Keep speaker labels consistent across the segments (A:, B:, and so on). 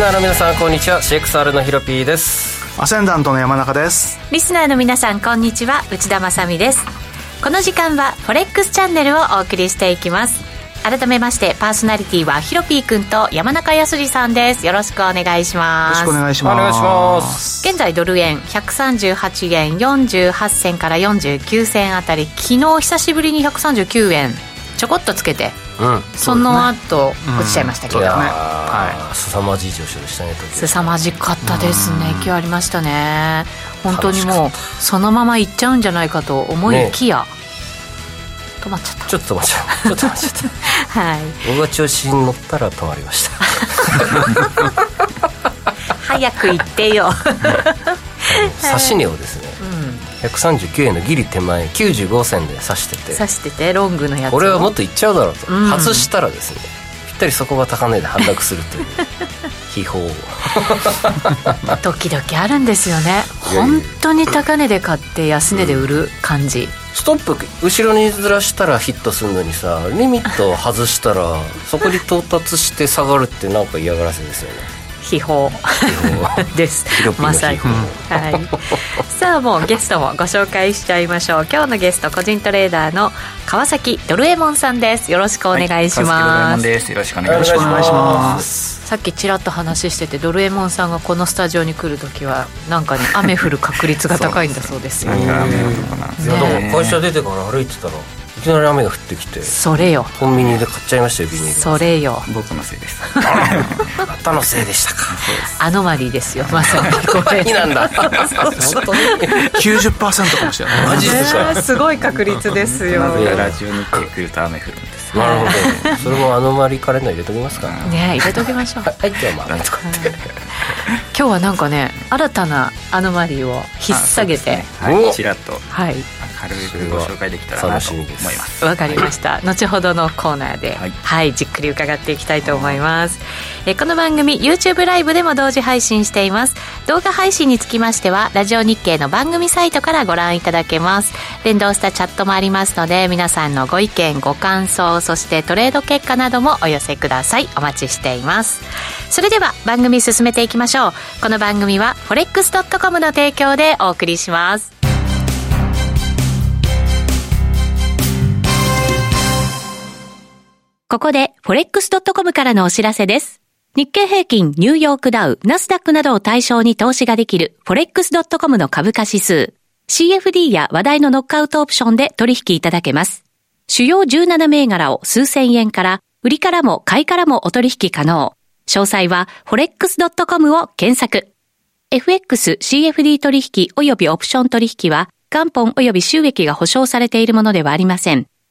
A: ナーの皆さんこんにちは CXR のヒロピーです
B: アセンダントの山中です
C: リスナーの皆さんこんにちは内田まさみですこの時間はフォレックスチャンネルをお送りしていきます改めましてパーソナリティはヒロピーくんと山中康二さんですよろしくお願いし
B: よ
C: ま
B: ろ
C: す
B: しくお願いしま
A: お
B: す
A: 願いします
C: 現在ドル円138円48銭から49銭あたり昨日久しぶりに139円ちょこっとつけて
A: うん
C: その後落ちちゃいましたけど、
B: うんそうだね
A: はい凄まじい上昇でしたね東京
C: 凄まじかったですね勢いありましたね本当にもうそのまま行っちゃうんじゃないかと思いきや、止まっちゃっ
A: ちょっ と止まっちゃったちょっと止まっちゃった
C: たはい
A: 僕が調子に乗ったら止まりました
C: 早く行ってよ
A: 指し値をですね、139円のギリ手前95銭で指してて
C: 刺しててロングのやつを
A: 俺はもっといっちゃうだろうと、
C: うん
A: 外したらですねぴったりそこが高値で反落すると いう秘宝を
C: ドキドキあるんですよね
A: いやいや
C: 本当に高値で買って安値で売る感じ、
A: ストップ後ろにずらしたらヒットするのにさリミットを外したらそこに到達して下がるってなんか嫌がらせですよね
C: 秘宝 です
A: ヒロピーの
C: ま
A: 秘
C: さ
A: 宝
C: に、はい、さあもうゲストもご紹介しちゃいましょう今日のゲスト個人トレーダーの川崎ドルエモンさんですよろしくお願いし
D: は
C: ます,、
D: い、ですよろしくお願いします。
B: 願いします
C: さっきちらっと話しててドルエモンさんがこのスタジオに来る時はなんかね雨降る確率が高いんだそうですよ
D: 何が雨男なんです
A: いやだから
C: ね
A: 会社出てから歩いてたらいきなり雨が降ってきて
C: それよ
A: コンビニで買っちゃいましたよビニール
C: それよ
D: 僕のせいです。
A: あったのせいでしたか
C: アノマリーですよまさにこれ
A: 何 なんだ本当に
B: 90%かもしれない
A: マジですか
C: ねえす ごい確率ですよ
D: なぜ
A: や
D: かラジオに来てくると雨降るんです。
A: なるほどそれもアノマリーカレンダー入れときますかは
C: ねえ入れときましょう
A: い今日も雨とかって
C: 今日はなんかね新たなアノマリーを引っ提げて、
D: あそうですね
A: お
D: はい、ちらっと
C: はい
D: 軽くご紹介できたらなと思います。
C: わかりました、後ほどのコーナーで、は
D: はいい
C: じっくり伺っていきたいと思います、えこの番組 YouTube ライブでも同時配信しています動画配信につきましてはラジオ日経の番組サイトからご覧いただけます連動したチャットもありますので皆さんのご意見ご感想そしてトレード結果などもお寄せくださいお待ちしていますそれでは番組進めていきましょうこの番組は forex.com の提供でお送りしますここで forex.com からのお知らせです。日経平均、ニューヨークダウ、ナスダックなどを対象に投資ができる forex.com の株価指数。CFD や話題のノックアウトオプションで取引いただけます。主要17銘柄を数千円から、売りからも買いからもお取引可能。詳細は forex.com を検索。FX、CFD 取引及びオプション取引は、元本及び収益が保証されているものではありません。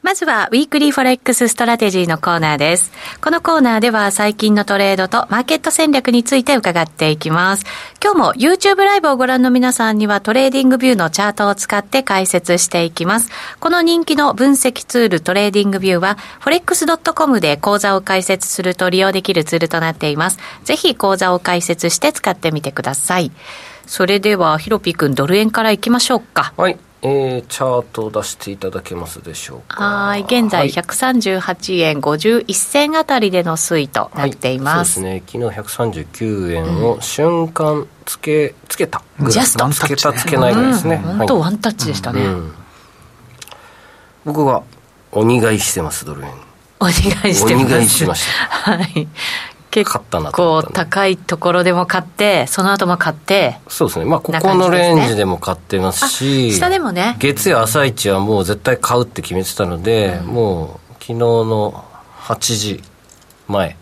C: まずは、ウィークリーフォレックスストラテジーのコーナーです。このコーナーでは、最近のトレードとマーケット戦略について伺っていきます。今日も YouTube ライブをご覧の皆さんには、トレーディングビューのチャートを使って解説していきます。この人気の分析ツール、トレーディングビューは、forex.com で講座を開設すると利用できるツールとなっています。ぜひ、講座を開設して使ってみてください。それでは、ヒロピーくん、ドル円からいきましょうか。
A: はい、えー、チャートを出していただけますでしょうか
C: はい、現在138円51銭あたりでの推移となっています。
A: はいそうですね昨日139円を瞬間つけつけたぐらい
C: ジャスト
A: つけたつけないぐらいですね、
C: うん本当
A: は
C: ワンタッチでした
A: い
C: ね。
A: うん僕が鬼買いしてますドル円
C: お願いしてます。
A: 鬼買いしました
C: はい。結
A: 勝ったなと思
C: 構
A: ったね
C: 高いところでも買って、その後も買って、
A: そうですねまあこ
C: な
A: こ
C: 感じ
A: の
C: ですね
A: レンジでも買ってますし
C: あ下でもね
A: 月曜朝一はもう絶対買うって決めてたので、もう昨日の8時前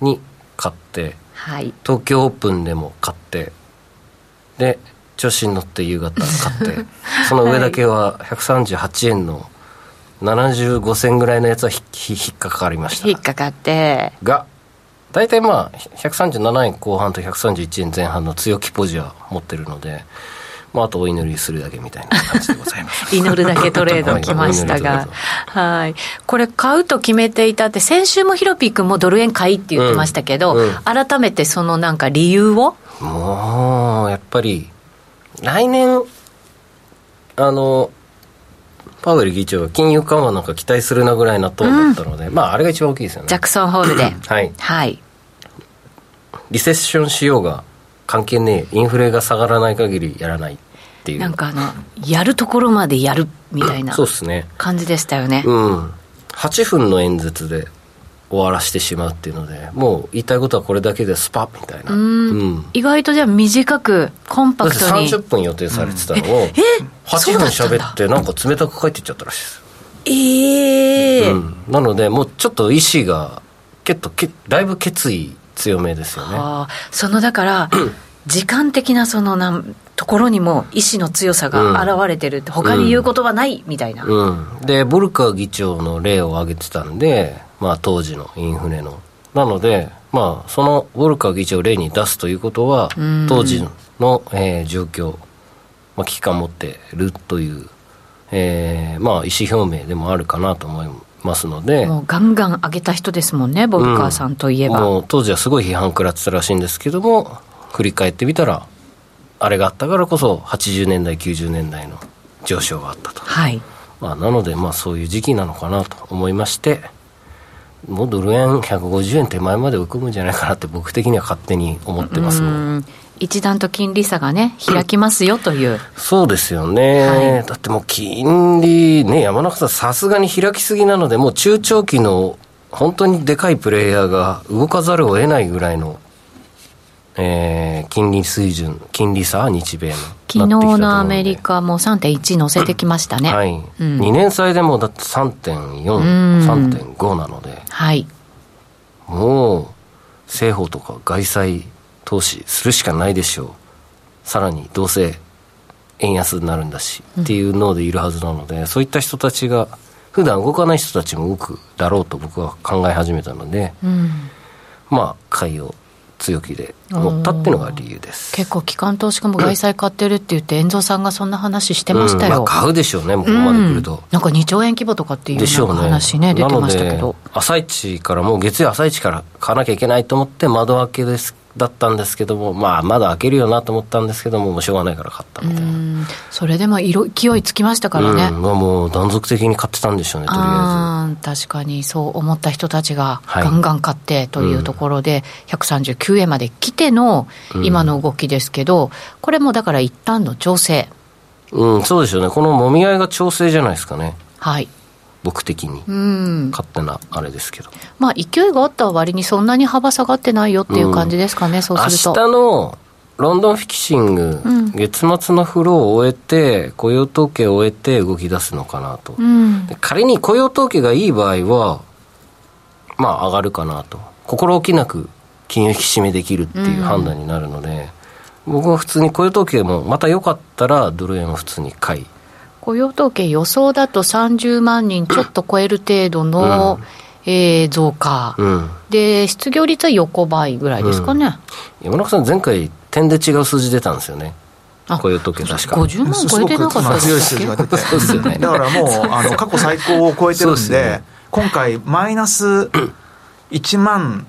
A: に買って
C: はい。
A: 東京オープンでも買ってで調子に乗って夕方買 ってその上だけは138円の75銭ぐらいのやつはひひ引っかかりました
C: 引っかかって
A: が大体まあ137円後半と131円前半の強気ポジは持ってるので、まあ、あとお祈りするだけみたいな感じでござい ます
C: 祈るだけトレード来ました
A: はいお祈り
C: が
A: と
C: はいこれ買うと決めていたって先週もヒロピー君もドル円買いって言ってましたけど、
A: うんうん
C: 改めてそのなんか理由を
A: もうやっぱり来年あのパウエル議長が金融緩和なんか期待するなぐらいなと思ったので、まああれが一番大きいですよね
C: ジャクソンホールで
A: はい
C: はい
A: リセッションしようが関係ねえインフレが下がらない限りやらないっていう
C: なんかあのやるところまでやるみたいな
A: そうですね
C: 感じでしたよね、
A: うん8分の演説で終わらしてしまうっていうのでもう言いたいことはこれだけでスパッみたいなうん
C: 意外とじゃあ短くコン
A: だ
C: パ
A: って
C: クトに
A: 30分予定されてたのを8
C: そう
A: 分
C: だったんだ
A: 喋ってなんか冷たく帰っていっちゃったらしいです
C: ええ
A: うん、なのでもうちょっと意思が結構けだいぶ決意強めですよね
C: ああそのだから時間的なそのなんところにも意志の強さが現れてるって他に言うことはないみたいな、
A: うんでボルカー議長の例を挙げてたんでまあ当時のインフレのなのでまあそのボルカー議長を例に出すということは
C: うん
A: 当時の、えー状況、まあ、危機感を持ってるという、えーまあ意思表明でもあるかなと思いますので
C: もうガンガン上げた人ですもんねボルカーさんといえば、
A: もう当時はすごい批判食らってたらしいんですけども振り返ってみたらあれがあったからこそ80年代90年代の上昇があったと、
C: はい
A: まあ、なのでまあそういう時期なのかなと思いましてもうドル円150円手前まで追い込むんじゃないかなって僕的には勝手に思ってます
C: う
A: もん
C: ん一段と金利差がね開きますよという
A: そうですよね、
C: はい
A: だってもう金利ね山中さんさすがに開きすぎなのでもう中長期の本当にでかいプレイヤーが動かざるを得ないぐらいの、えー金利水準金利差日米の
C: 昨日
A: なってきたと思うんで
C: のアメリカも3.1乗せてきましたね、
A: はい、
C: うん
A: 2年債でもだって
C: うん
A: 3.43.5なので
C: はい
A: もう政法とか外債投資するしかないでしょうさらにどうせ円安になるんだし、っていう脳でいるはずなのでそういった人たちが普段動かない人たちも動くだろうと僕は考え始めたので
C: うん
A: まあ買いを強気で持ったっていうのが理由です
C: 結構機関投資家も外債買ってるって言って遠藤さんがそんな話して
A: うん
C: ましたよ、
A: まあ、買うでしょうねもうここまで来ると、
C: うんなんか2兆円規模とかっていう
A: でしょう
C: なん
A: ね
C: か話ね出てましたけ
A: なの
C: ど
A: で朝一からもう月曜朝一から買わなきゃいけないと思って窓開けですだったんですけどもまあまだ開けるよなと思ったんですけどももうしょうがないから買ったみたいな、
C: うんそれでも色勢いつきましたからね、
A: うんまあもう断続的に買ってたんでしょうねとりあ
C: あー確かにそう思った人たちが
A: はい
C: ガンガン買ってというところで、139円まで来ての今の動きですけど、これもだから一旦の調整
A: えずうんそうですよねこのもみ合いが調整じゃないですかね
C: はい
A: 僕的に
C: うん
A: 勝手なあれですけど
C: まあ勢いがあった割にそんなに幅下がってないよっていう感じですかね、そう
A: 明
C: す
A: 日
C: ると
A: のロンドンフィキシング、
C: うん
A: 月末のフローを終えて雇用統計を終えて動き出すのかなと、
C: うん
A: で仮に雇用統計がいい場合はまあ上がるかなと心置きなく金融引き締めできるっていう判断になるので、僕は普通に雇用統計もまた良かったらドル円を普通に買い
C: 雇用統計予想だと30万人ちょっと超える程度の、えー増加、
A: うん
C: で失業率は横ばいぐらいですかね、
A: 山中さん前回点で違う数字出たんですよね
C: あ
A: 雇用統計確か
C: 50万超えてなかったです
B: ごく強い数
C: すっ
B: 字
C: け
B: が出て
A: そうですよね
B: だからもうあの過去最高を超えてる
A: そ
B: ん
A: うで
B: で、
A: すね
B: 今回マイナス1万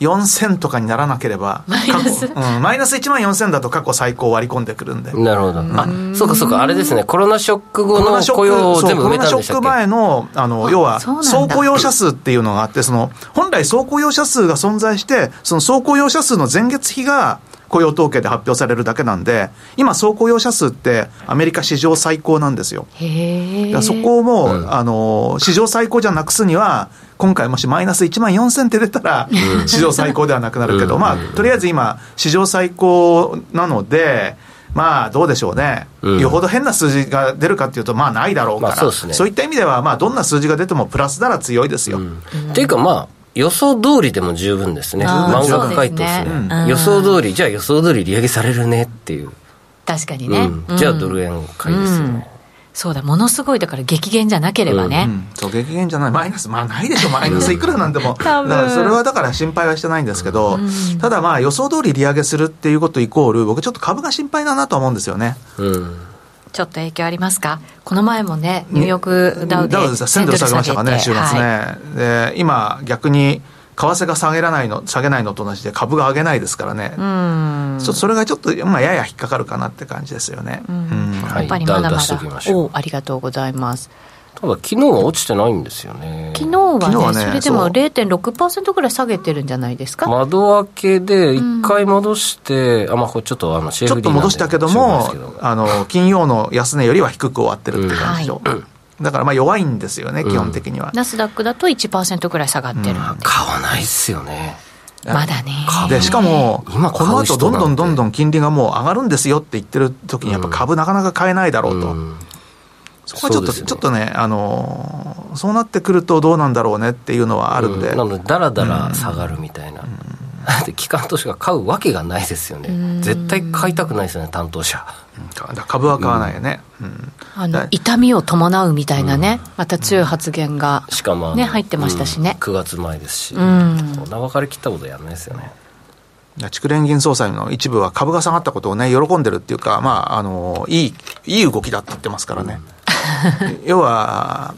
B: 4000とかにならなければ
C: マイナス
B: 過去うん、マイナス1万4000だと過去最高を割り込んでくるんで
A: なるほどあそうかそうかあれですねコロナショック後
B: コロ
A: の
B: ナショッ
A: 雇
B: ク
A: 用を
B: そう
A: 全部埋めたんでした
B: コロ
A: っけ
B: ナショック前のあの要は
C: そうなんだ
B: 総雇用者数っていうのがあってその本来総雇用者数が存在してその総雇用者数の前月比が雇用統計で発表されるだけなんで今総雇用者数ってアメリカ史上最高なんですよ
C: へ
B: だ
C: え
B: からそこをもう、あの史上最高じゃなくすには今回もしマイナス1万4000って出たら、史上最高ではなくなるけど、
A: うん
B: まあとりあえず今史上最高なのでまあどうでしょうね、
A: うん
B: よほど変な数字が出るかっていうとまあないだろうから、
A: まあそうですね
B: いった意味ではまあどんな数字が出てもプラスなら強いですよ、
A: っていうかまあ予想通りでも十分ですね
C: あ
A: 漫
C: ー
A: 画家回答ですね
C: そうですねうん
A: 予想通りじゃあ予想通り利上げされるねっていう
C: 確かにね、
A: うん、じゃあドル円買いですよ
C: うん
A: ね、
C: そうだものすごいだから激減じゃなければね、
B: うん、そう激減じゃないマイナスまあないでしょマイナスいくらなんでもだ
C: 多分
B: からそれはだから心配はしてないんですけど、ただまあ予想通り利上げするっていうことイコール僕ちょっと株が心配だなと思うんですよね
A: うん
C: ちょっと影響ありますかこの前もねニューヨークダウで
B: ダウ1000ドル下げましたからね週末ね、
C: はい
B: で今逆に為替が下げらないの下げないのと同じで株が上げないですからね、
C: うん
B: ちょっとそれがちょっと、まあ、やや引っかかるかなって感じですよね、うん
A: は
C: や
A: い
C: っぱりまだ
A: ダ
C: ま
A: ウ出してお
C: だ
A: きましょう
C: おうありがとうございます
A: ただ昨日は落ちてないんですよね
C: 昨日はね
B: 昨日はね
C: それで
B: そ
C: も
B: う
C: 0.6%ぐらい下げてるんじゃないですか、
A: 窓開けで一回戻して、あまあこれちょっとあの CFD
B: ちょっと戻したけども、
A: なんでしょうがないですけど
B: あの金曜の安値よりは低く終わってるっていう感じと、
C: う
B: だからまあ弱いんですよね、基本的には。
C: ナスダックだと1%ぐらい下がってる、
A: まあ買わないっすよね
C: まだね
B: でしかも、
A: 今
B: この
A: 買う人
B: 後どんど
A: なん
B: ん
A: て
B: どんどん金利がもう上がるんですよって言ってる時に、やっぱ株なかなか買えないだろうと、
A: ん
B: そこはちょっと、
A: そうですよね
B: ちょっとね、あのーそうなってくるとどうなんだろうねっていうのはあるんで、
A: うなのでだらだら下がるみたいな、だ って機関投資が買うわけがないですよね、絶対買いたくないですよね担当者
B: だから株は買わないよね。うん
C: あの痛みを伴うみたいなね、また強い発言が、
A: しかもあの
C: ね入ってましたしね
A: うん9月前ですし、
C: ん
A: そんな分かりきったことやんないですよね
B: 蓄連銀総裁の一部は株が下がったことをね、喜んでるっていうか、まあ、あの、いい、いい動きだって言ってますから ね。要は、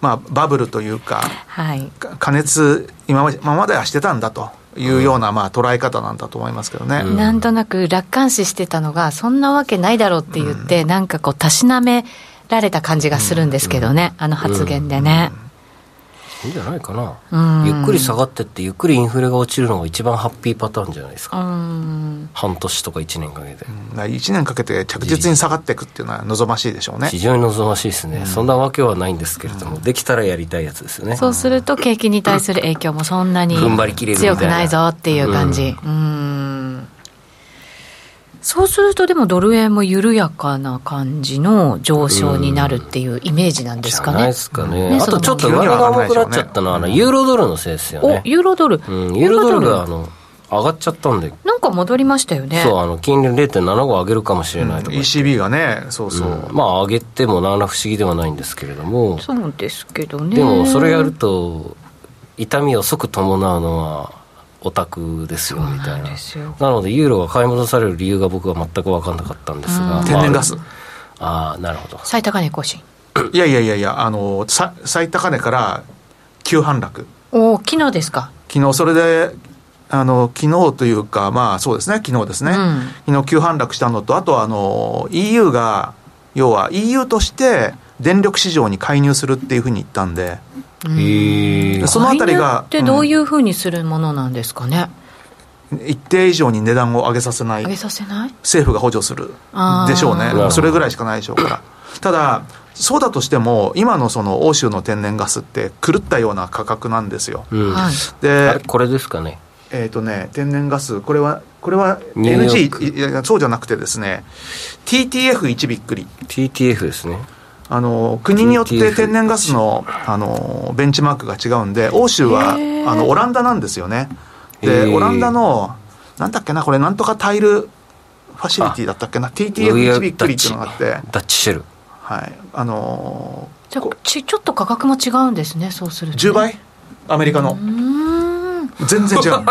B: まあ、バブルというか、
C: はい
B: か加熱、今まで、まあまではしてたんだというような、まあ、捉え方なんだと思いますけどね。
C: なんとなく楽観視してたのがそんなわけないだろうって言って、なんかこうたしなめられた感じがするんですけどね、あの発言でね、
A: いいんじゃないかな、ゆっくり下がってってゆっくりインフレが落ちるのが一番ハッピーパターンじゃないですか、半年とか1年かけて、
B: 1年かけて着実に下がっていくっていうのは望ましいでしょうね
A: 非。常に望ましいですね、そんなわけはないんですけれども、できたらやりたいやつですよね
C: そうすると景気に対する影響もそんなに
A: 踏ん張り切れるみたいな
C: 強くないぞっていう感じ、うん、そうするとでもドル円も緩やかな感じの上昇になるっていうイメージなんですか
A: じゃない
C: ね
A: で。すかね
C: ね
A: あとちょっと上値が重くなっちゃったのは、あのユーロドルのせいですよ
C: お
A: ね、
C: ユーロドル、
A: うん、ユーロドルがあの上がっちゃったんで、
C: なんか戻りましたよね。
A: そうあの金利0.75上げるかもしれないとか、
B: ECB がね、そうそう。
A: うんまあ上げても何ら不思議ではないんですけれども、
C: そうですけどね。
A: でもそれやると痛みを即伴うのはオタクですよみたいな
C: そうなんですよ
A: なのでユーロが買い戻される理由が僕は全く分かんなかったんですが、まあ
B: 天然ガス。
A: ああなるほど
C: 最高値更新。
B: いやいやいやいや、あの、さ最高値から急反落。
C: おお、昨日ですか。
B: 昨日それであの昨日というかまあそうですね昨日ですね、
C: うん
B: 昨日急反落したのとあとはあの EU が要は EU として電力市場に介入するっていうふうに言ったんで
A: へえ
B: そのあたりが
C: 介入ってどういうふうにするものなんですかね。
B: 一定以上に値段を上げさせない
C: 上げさせない。
B: 政府が補助する
C: あー
B: でしょうね
A: ほど
B: それぐらいしかないでしょうからただそうだとしても今のその欧州の天然ガスって狂ったような価格なんですよ
A: うん
C: はい。
A: あれ
B: で
A: これですかね
B: えっ、とね、天然ガス、これは、これは
A: ニューヨー
B: NG、
A: ク
B: いやいやそうじゃなくてですね、TTF1 びっくり。
A: TTF ですね
B: あの、国によって
A: TTF
B: 天然ガスの、あの、ベンチマークが違うんで、欧州は、あの、オランダなんですよね。
A: へ
B: で、
A: ー
B: オランダの、なんだっけな、これ、なんとかタイルファシリティだったっけな、TTF1 びっくりっていうのがあって、
A: ダッチシェル
B: はい、あの
C: じゃあちちょっと価格も違うんですね。そうすると、ね。
B: 10倍アメリカの。全然違う。
A: ほん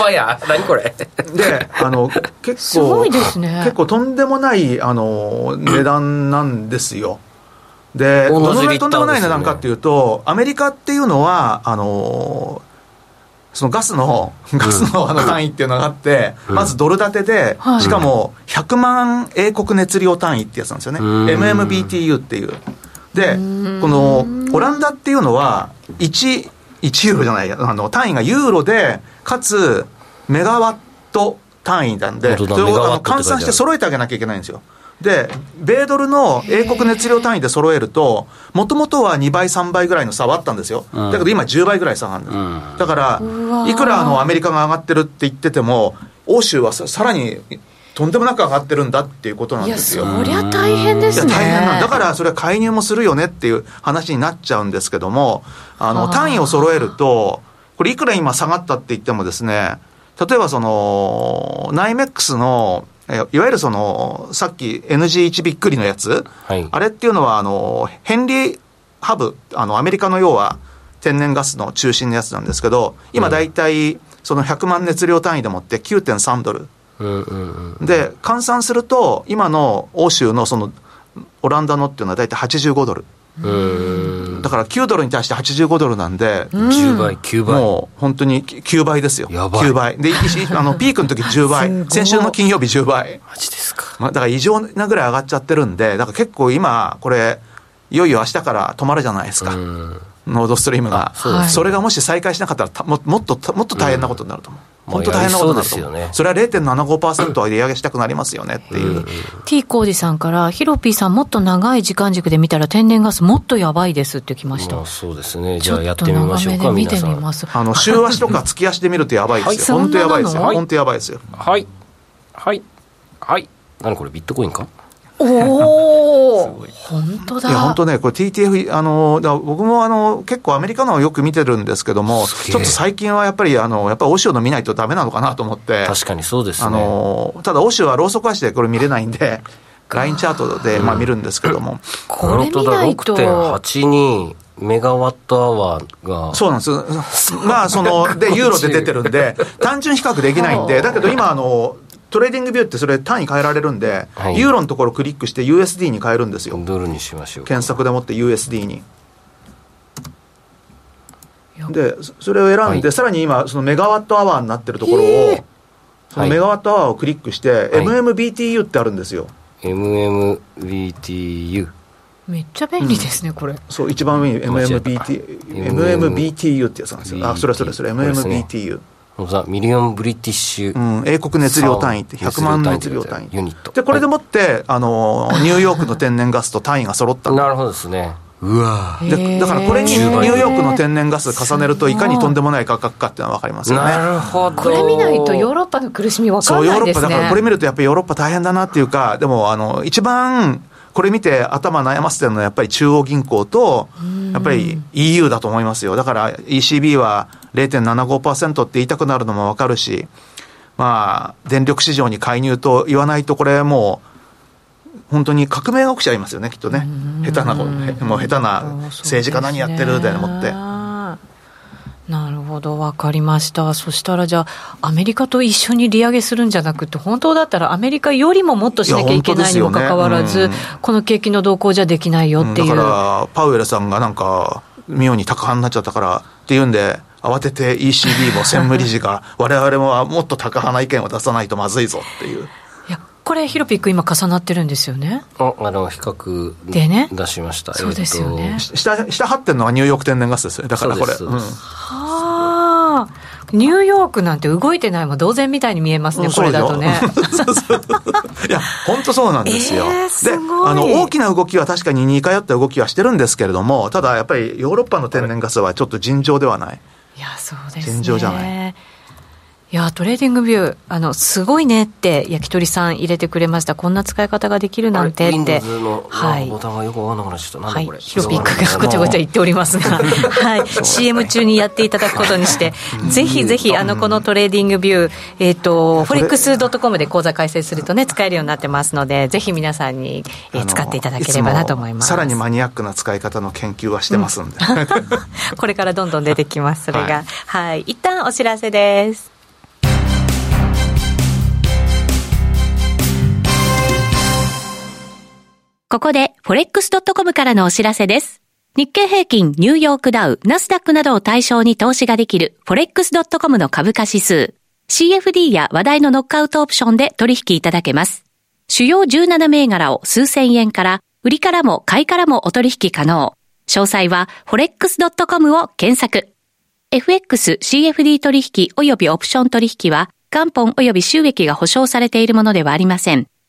A: まや何これ
B: で、あの、結構、
C: すごいですね
B: 結構とんでもない、あの、値段なんですよ。で、
A: 同じ
B: どのぐ
A: リ
B: ら
A: ッター
B: いとんでもない値段かっていうと、アメリカっていうのは、あの、そのガスの、ガスのあの単位っていうのがあって、まずドル建てで、
C: はい
B: しかも100万英国熱量単位ってやつなんですよね。
A: うん
B: MMBTU っていう。で、この、オランダっていうのは、1、1ユーロじゃない、あの、単位がユーロで、かつ、メガワット単位なんで、
A: 本当だ
B: そ
A: メ
B: れ
A: ガ
B: をあ
A: ワッ
B: の
A: トって書いてある
B: 換算して揃えてあげなきゃいけないんですよ。で、米ドルの英国熱量単位で揃えると、もともとは2倍、3倍ぐらいの差はあったんですよ。
A: うん
B: だけど今10倍ぐらい差があるんです。
A: うん
B: だから
C: わ、ー
B: いくらあのアメリカが上がってるって言ってても、欧州はささらにとんでもなく上がってるんだっていうことなん
C: いや、
B: ですよ。
C: そりゃ大変で
B: い
C: す
B: や
C: ね。
B: 大変なんだからそれは介入もするよねっていう話になっちゃうんですけどもあ
C: は
B: の
C: あ
B: 単位を揃えるとこれいくら今下がったって言ってもですね例えばそのナイメックスのえーいわゆるその、さっき NG1 びっくりのやつ、
A: はい
B: あれっていうのは、あの、ヘンリーハブ、あの、アメリカの要は天然ガスの中心のやつなんですけど、今大体、その100万熱量単位でもって9.3ドル。
A: うんうんうん
B: で、換算すると、今の欧州のその、オランダのっていうのは大体85ドル。
A: うーん
B: だから9ドルに対して85ドルなんで、
A: 10倍9倍
B: もう本当に9倍ですよ。
A: やばい
B: 9倍。で、いし あのピークの時10
C: すご
B: 倍
C: い。
B: 先週の金曜日10倍。
A: マジですか
B: まあ、だから異常なぐらい上がっちゃってるんで、だから結構今、これ、いよいよ明日から止まるじゃないですか、
A: うん
B: ノードストリームが。
A: そう
C: ですね
B: それがもし再開しなかったらたも、もっと、もっと大変なことになると思
A: う
B: う。
A: ん
B: 本当大変なことになると
A: もうやりそうで
B: 思う。
A: すよね
B: それは0.75%は利上げしたくなりますよねっていう。
C: T コージさんから、ヒロピーさんもっと長い時間軸で見たら天然ガスもっとやばいですって来ました。
A: まあそうですねじ
C: ちょ
A: ゃあや
C: っ
A: っ
C: と
A: てみまし
C: 長
A: ょう
C: め
A: か
C: で見
A: 皆
C: て
A: さ
C: み
A: ん
C: ます。
B: あの、週足とか月足で見るとやばいですよ。
C: はい
B: 本当やばいですよ。
C: そんなの
B: 本当やばいですよ。
A: はいはいはい何これビットコインか
C: お お本当だ。
B: いや、本当ね、これ TTF、あの、だから僕もあの、結構アメリカのをよく見てるんですけども、
A: すげえ
B: ちょっと最近はやっぱり、あの、やっぱり欧州の見ないとダメなのかなと思って。
A: 確かにそうですね
B: あのただ、欧州はローソク足でこれ見れないんで、ラインチャートで、まあ、見るんですけども、
C: これ見ないと。
A: 本当だ6.82メガワットアワーが
B: そうなんです、まあ、そのでユーロで出てるんで、単純比較できないんで、だけど今あの、トレーディングビューってそれ、単位変えられるんで、
A: はい
B: ユーロのところクリックして、USD に変えるんですよ、
A: ドルにしましょう
B: 検索でもって USD に。
C: よ
B: で、そそれを選んで、
A: はい
B: さらに今、そのメガワットアワーになってるところを、そのメガワットアワーをクリックして、MMBTU ってあるんですよ。
A: MMBTU
C: めっちゃ便利ですね、これ。
B: そう、一番上に
A: 間違えた
B: MMBT、
A: MM
B: MMBTU ってやつなんですよ。あ、それそれそれ、
A: これですね
B: MMBTU。
A: ザ・ミリオン・ブリティッシ
B: う
A: ュ
B: ん、英国熱量単位って100万熱量単
A: ユ
B: 位。
A: ニット
B: で、これでもって、あの、ニューヨークの天然ガスと単位が揃ったんだ
A: なるほどですねうわー
C: へ
B: で
C: ー
B: だからこれにニ
A: 10
B: ュ
A: 倍
B: ーヨークの天然ガス重ねるといかにとんでもない価格かっていうのは分かりますよね。
A: なるほど
C: これ見ないとヨーロッパの苦しみわか
B: そ
C: ん
B: う、ヨー
C: ない
B: ロッ
C: です
B: パ、
C: ね。
B: だからこれ見るとやっぱりヨーロッパ大変だなっていうか、でも、あの、一番、これ見て頭悩ませてるのはやっぱり中央銀行と、やっぱり EU だと思いますよ。だから ECB は0.75%って言いたくなるのもわかるし、まあ、電力市場に介入と言わないとこれもう、本当に革命が起きちゃいますよね、きっとね。下手な、もう下手な政治家何やってるみたいな思って。
C: って。なるほど、わかりました。そしたらじゃあ、アメリカと一緒に利上げするんじゃなくて、本当だったらアメリカよりももっとしなきゃいけないにも
B: いや本当ですよね
C: かかわらず、
B: うん
C: この景気の動向じゃできないよっていう。
B: だからパウエルさんがなんか妙に高派になっちゃったからっていうんで慌てて ECB も専務理事 が我々もはもっと高派な意見を出さないとまずいぞっていう
C: いや、これ、ヒロピック今重なってるんですよね。
A: ああの比較
C: でね
A: 出しました
C: そうですよね
A: えっと
B: し下下張ってるのはニューヨーク天然ガスですよだからこれ
A: そうですそうです
C: はあ。ニューヨークなんて動いてないも同然みたいに見えますね、
B: うん
C: これだとね。
B: そうですよいや本当そうなんですよ、
C: えーすごい
B: であの大きな動きは確かに似通った動きはしてるんですけれどもただやっぱりヨーロッパの天然ガスはちょっと尋常ではない
C: いや、そうですね。。
B: 尋常じゃない
C: や、トレーディングビュー、あの、すごいねって、焼き鳥さん入れてくれました。こんな使い方ができるなんてって。
A: Windows の
C: はい
A: ボ。タンがよくわかんなくなっちゃったなん
C: は
A: だ
C: い
A: これ、
C: ヒロピックがごちゃごちゃ言っておりますが、 はい、CM 中にやっていただくことにして、ぜひぜひ、あの、このトレーディングビュー、えっ、と、フォレックス .com で口座開設するとね、使えるようになってますので、ぜひ皆さんに、えー
B: あの
C: 使っていただければなと思います。
B: つもさらにマニアックな使い方の研究はしてますんで、
C: これからどんどん出てきます、それが。はい、一旦お知らせです。
E: ここで forex.com からのお知らせです。日経平均、ニューヨークダウ、ナスダックなどを対象に投資ができる forex.com の株価指数。CFD や話題のノックアウトオプションで取引いただけます。主要17銘柄を数千円から、売りからも買いからもお取引可能。詳細は forex.com を検索。FX、CFD 取引及びオプション取引は、元本及び収益が保証されているものではありません。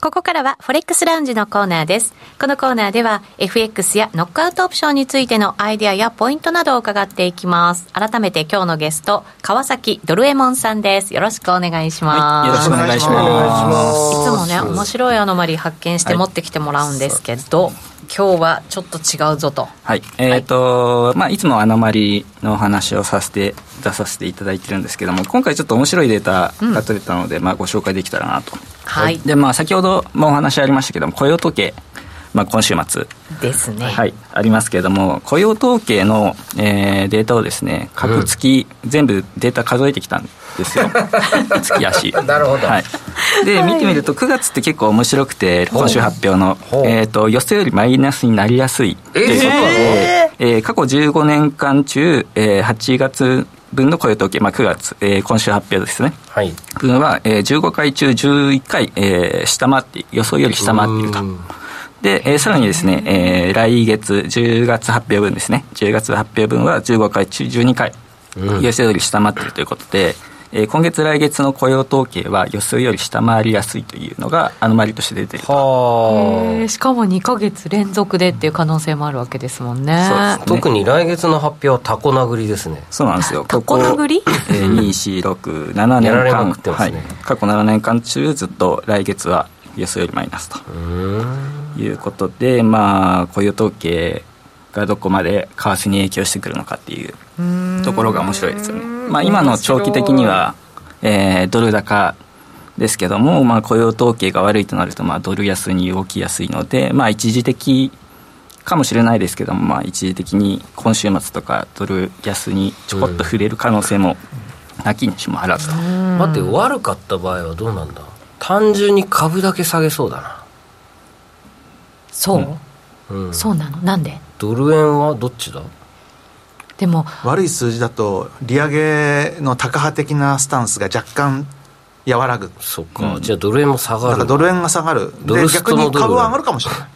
C: ここからはフォレックスラウンジのコーナーです。このコーナーでは FX やノックアウトオプションについてのアイデアやポイントなどを伺っていきます。改めて今日のゲスト、川崎ドルエモンさんです。よろしくお願いします。
D: よろしくお願いします。
C: いつもね面白いアノマリー発見して持ってきてもらうんですけど、今日はちょっと違うぞと
D: はい、えっ、と、まあ、いつもアノマリのお話をさせて、出させていただいてるんですけども、今回ちょっと面白いデータが取れたので、まあ、ご紹介できたらなと。
C: はい
D: で、まあ、先ほどもお話ありましたけども、雇用統計、まあ、今週末、
C: ですね、
D: はい、ありますけれども、雇用統計の、えーデータをですね、各月、全部データ数えてきたんです よ、月足。なるほど、はい、で、見てみると、9月って結構面白くて、今週発表の、えー、と予想よりマイナスになりやすいということで、えー過去15年間中、えー8月分の雇用統計、まあ、9月、えー今週発表ですね。
A: はい
D: 分は、えー15回中11回、えー下回って予想より下回っていると
A: うん
D: で、えーさらにですね、えー来月10月発表分ですね10月発表分は15回中12回、予想より下回っているということで、えー今月来月の雇用統計は予想より下回りやすいというのがアノマリとして出ていると
A: はあ
C: しかも2か月連続でっていう可能性もあるわけですもんね
D: そうですね
A: 特に来月の発表はタコ殴りですね
D: そうなんで すよ。
C: タコ殴り
D: ここえー、2、4、6、7年
A: やられ
D: 間、
A: まくってますね
D: はい、過去7年間中、ずっと来月は予想よりマイナスということで、まあ、雇用統計がどこまで為替に影響してくるのかっていうところが面白いですよね。まあ、今の長期的には、えードル高ですけども、まあ、雇用統計が悪いとなると、まあ、ドル安に動きやすいので、まあ、一時的かもしれないですけども、まあ、一時的に今週末とかドル安にちょこっと触れる可能性もなきにしもあらずと、
A: 待って悪かった場合はどうなんだ単純に株だけ下げそうだな
C: そう、
A: うん
C: そうなのなんで
A: ドル円はどっちだ
C: でも
B: 悪い数字だと利上げの高派的なスタンスが若干和らぐ
A: そっか、じゃあドル円も下
B: だ
A: が
B: から
A: る
B: ドル円が下がる
A: ド
B: で
A: ルス
B: 逆
A: トの
B: に
A: ドル
B: 株は上がるかもしれない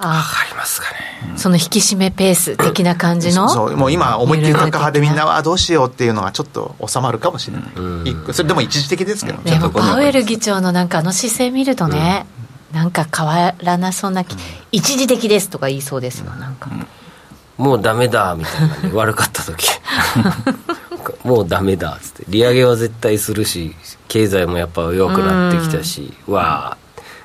C: あ
A: ありますかね
C: その引き締めペース的な感じの
B: そうもう今思いっきり高派でみんなはどうしようっていうのがちょっと収まるかもしれない、一個それでも一時的ですけどね
C: でもパウエル議長のなんかあの姿勢見るとね、なんか変わらなそうな気、一時的ですとか言いそうですよなんか、
A: もうダメだみたいなね悪かった時 もうダメだっつって利上げは絶対するし経済もやっぱ弱くなってきたし、わあ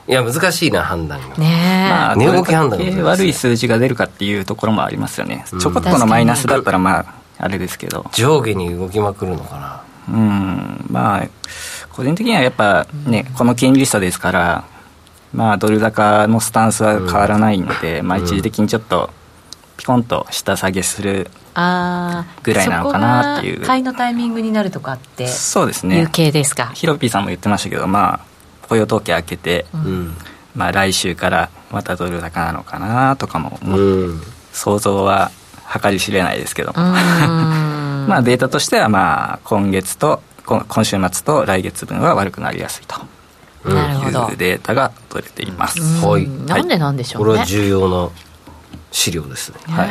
A: いや難しいな判断が、
C: ねえ、
D: まあ
A: 値動き判断
D: どれだけ悪い数字が出るかっていうところもありますよね、ちょこっと
C: 確か
D: の
C: に
D: マイナスだったらまああれですけど
A: 上下に動きまくるのかな
D: うんまあ個人的にはやっぱねこの金利差ですからまあドル高のスタンスは変わらないので、まあ一時的にちょっとピコンと下下げする
C: あー
D: ぐらいなのかなっていう
C: そこが買いのタイミングになるとかって
D: そうですね
C: いう系ですか、
D: ヒロピーさんも言ってましたけど、まあ、雇用統計開けて、
A: うん
D: まあ、来週からまたドル高なのかなとかも思う、
A: うん
D: 想像は計り知れないですけど、
C: うーん
D: まあ、データとしては、まあ、今月とこ今週末と来月分は悪くなりやすいと
C: なるほど
D: いうデータが取れています、
A: んはい
C: うんなんでなんでしょ
A: こ
C: う
A: れ
C: ね
A: は重要な資料ですね
C: ね
D: はい、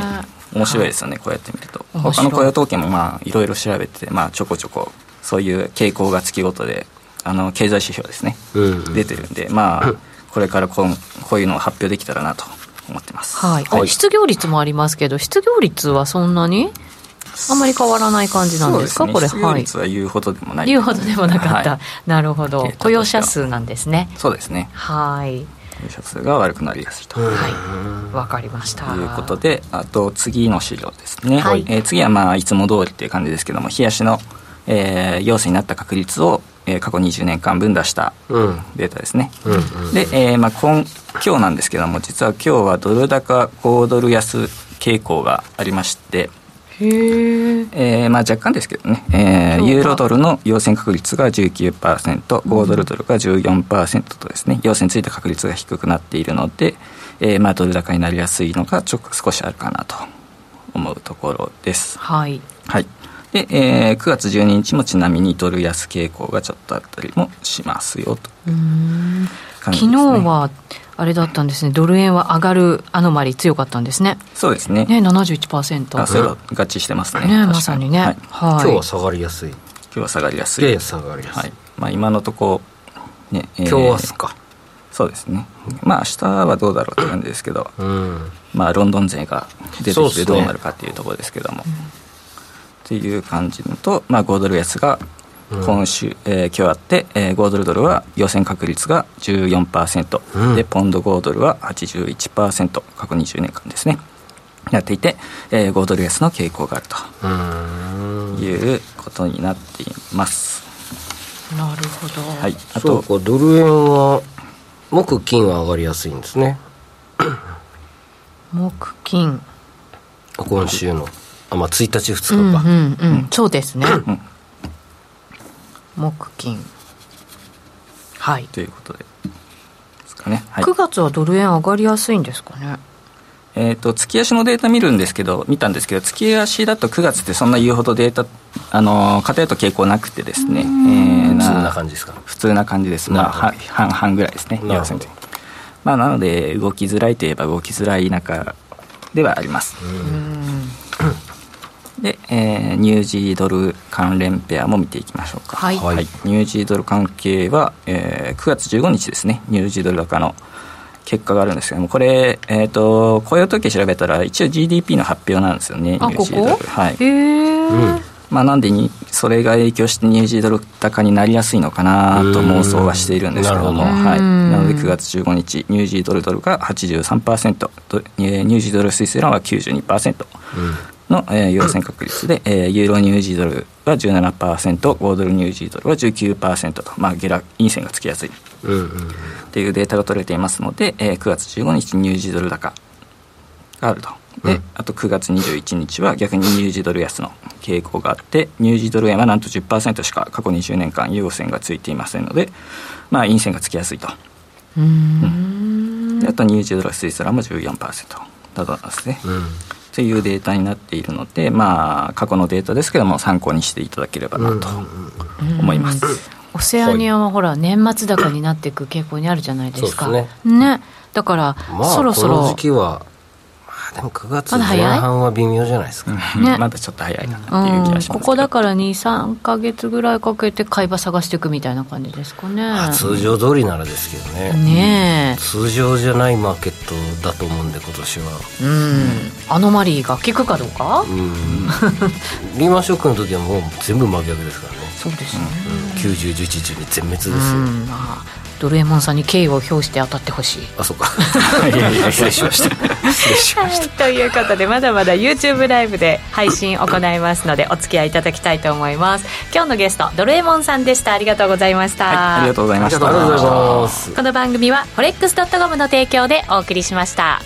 D: 面白いですよね、こうやって見ると
C: 面白
D: 他
C: い
D: の雇用統計もまあいろいろ調べて、まあ、ちょこちょこそういう傾向が月ごとであの経済指標ですね、
A: うんうん
D: 出てるんでまあ これからこうこういうのを発表できたらなと思ってます
C: はい、あ
A: はい
C: 失業率もありますけど失業率はそんなにあんまり変わらない感じなんですか
D: そう
C: これ
D: 失業
C: はい
D: 率は言うほどでもない
C: 言うほどでもなかった、
D: はい
C: なるほど
D: データとしては
C: 雇用者数なんですね
D: そうですね
C: はい
D: 雇用者数が悪くなりやすいと、
C: はいわかりました
D: ということであと次の資料ですね、
C: はい
D: えー次はまあいつも通りっていう感じですけども冷やしの、えー陽性になった確率を、えー過去20年間分出した
A: うん
D: データですね、
A: うんうん
D: で、えーまあ、今今日なんですけども実は今日はドル高5ドル安傾向がありまして、
C: へえ
D: えーまあ、若干ですけどね、
C: 今
D: えー
C: 日は
D: ユーロドルの陽線確率が 19%5 ドルドルが14%とですね陽線ついた確率が低くなっているので、えーまあ、ドル高になりやすいのがちょっと少しあるかなと思うところです。
C: はい
D: はいで、えー9月12日もちなみにドル安傾向がちょっとあったりもしますよと感じです
C: 昨
D: ね
C: 日はあれだったんですねドル円は上がるアノマリー強かったんですね
D: そうですね
C: ね71%
D: あそれは合致してますね確か
C: ねまさにね
D: は
C: はい
A: 今
C: い、
A: 日は下がりやすい
D: 今日は下がりやすい
A: やや下がりやすい、
D: はいまあ、今のとこね、えー
A: 今日明日か
D: そうですねまあ明日はどうだろうって感じですけど、
A: うん
D: まあ、ロンドン勢が出て
A: そうっ
D: き
A: す
D: て
A: ね
D: どうなるかっていうところですけども、っていう感じのと、まあ、5ドル安が今週、えー今日あって、えー5ドルドルは予選確率が14%、
A: うん
D: でポンド5ドルは81%過去20年間ですねやっていて、えー5ドル安の傾向がある
A: うーん
D: ということになっています、
C: なるほど、
D: はい、あ
A: そう
D: と
A: かドル円は木金は上がりやすいんですね
C: 木金
A: 今週のあまあ1日
C: うんう
A: 2
C: ん
A: 日か、
C: うんそうですね、木金はい
D: ということでですかね、はい
C: 9月はドル円上がりやすいんですかね
D: えー、と月足のデータ見るんですけど見たんですけど月足だと9月ってそんな言うほどデータ、あのー偏った傾向なくてですね、えー
A: そんな感じですか
D: 普通な感じです、まあ、は半々ぐらいです
A: な
D: ね
A: るほど
D: 要するにまあ、なので動きづらいといえば動きづらい中ではあります、で、えーニュージードル関連ペアも見ていきましょうか
C: はいはい
D: ニュージードル関係は、えー9月15日ですねニュージードル高の結果があるんですけどもこれ、えー、と雇用統計調べたら一応 GDP の発表なんですよねニュ
C: あ
D: ー
C: こ
D: ジードル
C: こ、
D: はい
C: へえ、
D: まあ、なんでにそれが影響してニュージードル高になりやすいのかなと妄想はしているんですけども
A: うーん
D: はい、
C: うん
D: なので9月15日ニュージードルドルが83%ドルえーニュージードルスイスランは92%の、えー、要請確率で、えーユーロニュージードルは17%5ドルニュージードルは19%と、まあ、下落陰線がつきやすい
A: うんうん
D: っていうデータが取れていますので、えー9月15日ニュージードル高があるとで、あと9月21日は逆にニュージードル安の傾向があってニュージードル円はなんと10%しか過去20年間陽線がついていませんので、まあ、陰線がつきやすいとであとニュージードルスイスランも14%などなんですね、
A: うん
D: というデータになっているのでまあ過去のデータですけども参考にしていただければなと思います、
C: オセアニアはほら年末高になっていく傾向にあるじゃないですか
A: そうで
C: ねだから、
A: まあ
C: そろそ
A: この
C: ろ
A: 時期はまあでも9月
C: ま
A: 前
C: だ早い
A: 半は微妙じゃないですか、
C: ね
D: まだちょっと早いかなってい
C: う
D: う気が
C: ん、
D: しますけど、
C: ここだから23か月ぐらいかけて買い場探していくみたいな感じですかね
A: まあ通常通りならですけどね、
C: ね
A: 通常じゃないマーケットだと思うんで今年は
C: えうんアノマリーが効くかどうか、
A: うんリーマンショックの時はもう全部真逆ですからね
C: そうですね、
A: 9011に全滅ですよ、
C: うんまあドルエモンさんに敬意を表して当たってほ しい
A: あそうか失礼しました失礼しました
C: はい、ということでまだまだ YouTube ライブで配信行いますのでお付き合いいただきたいと思います今日のゲストドルエモンさんでしたありがとうございました、
D: はい、ありがとうございました。
A: ありがとうございます
C: この番組は forex.com の提供でお送りしました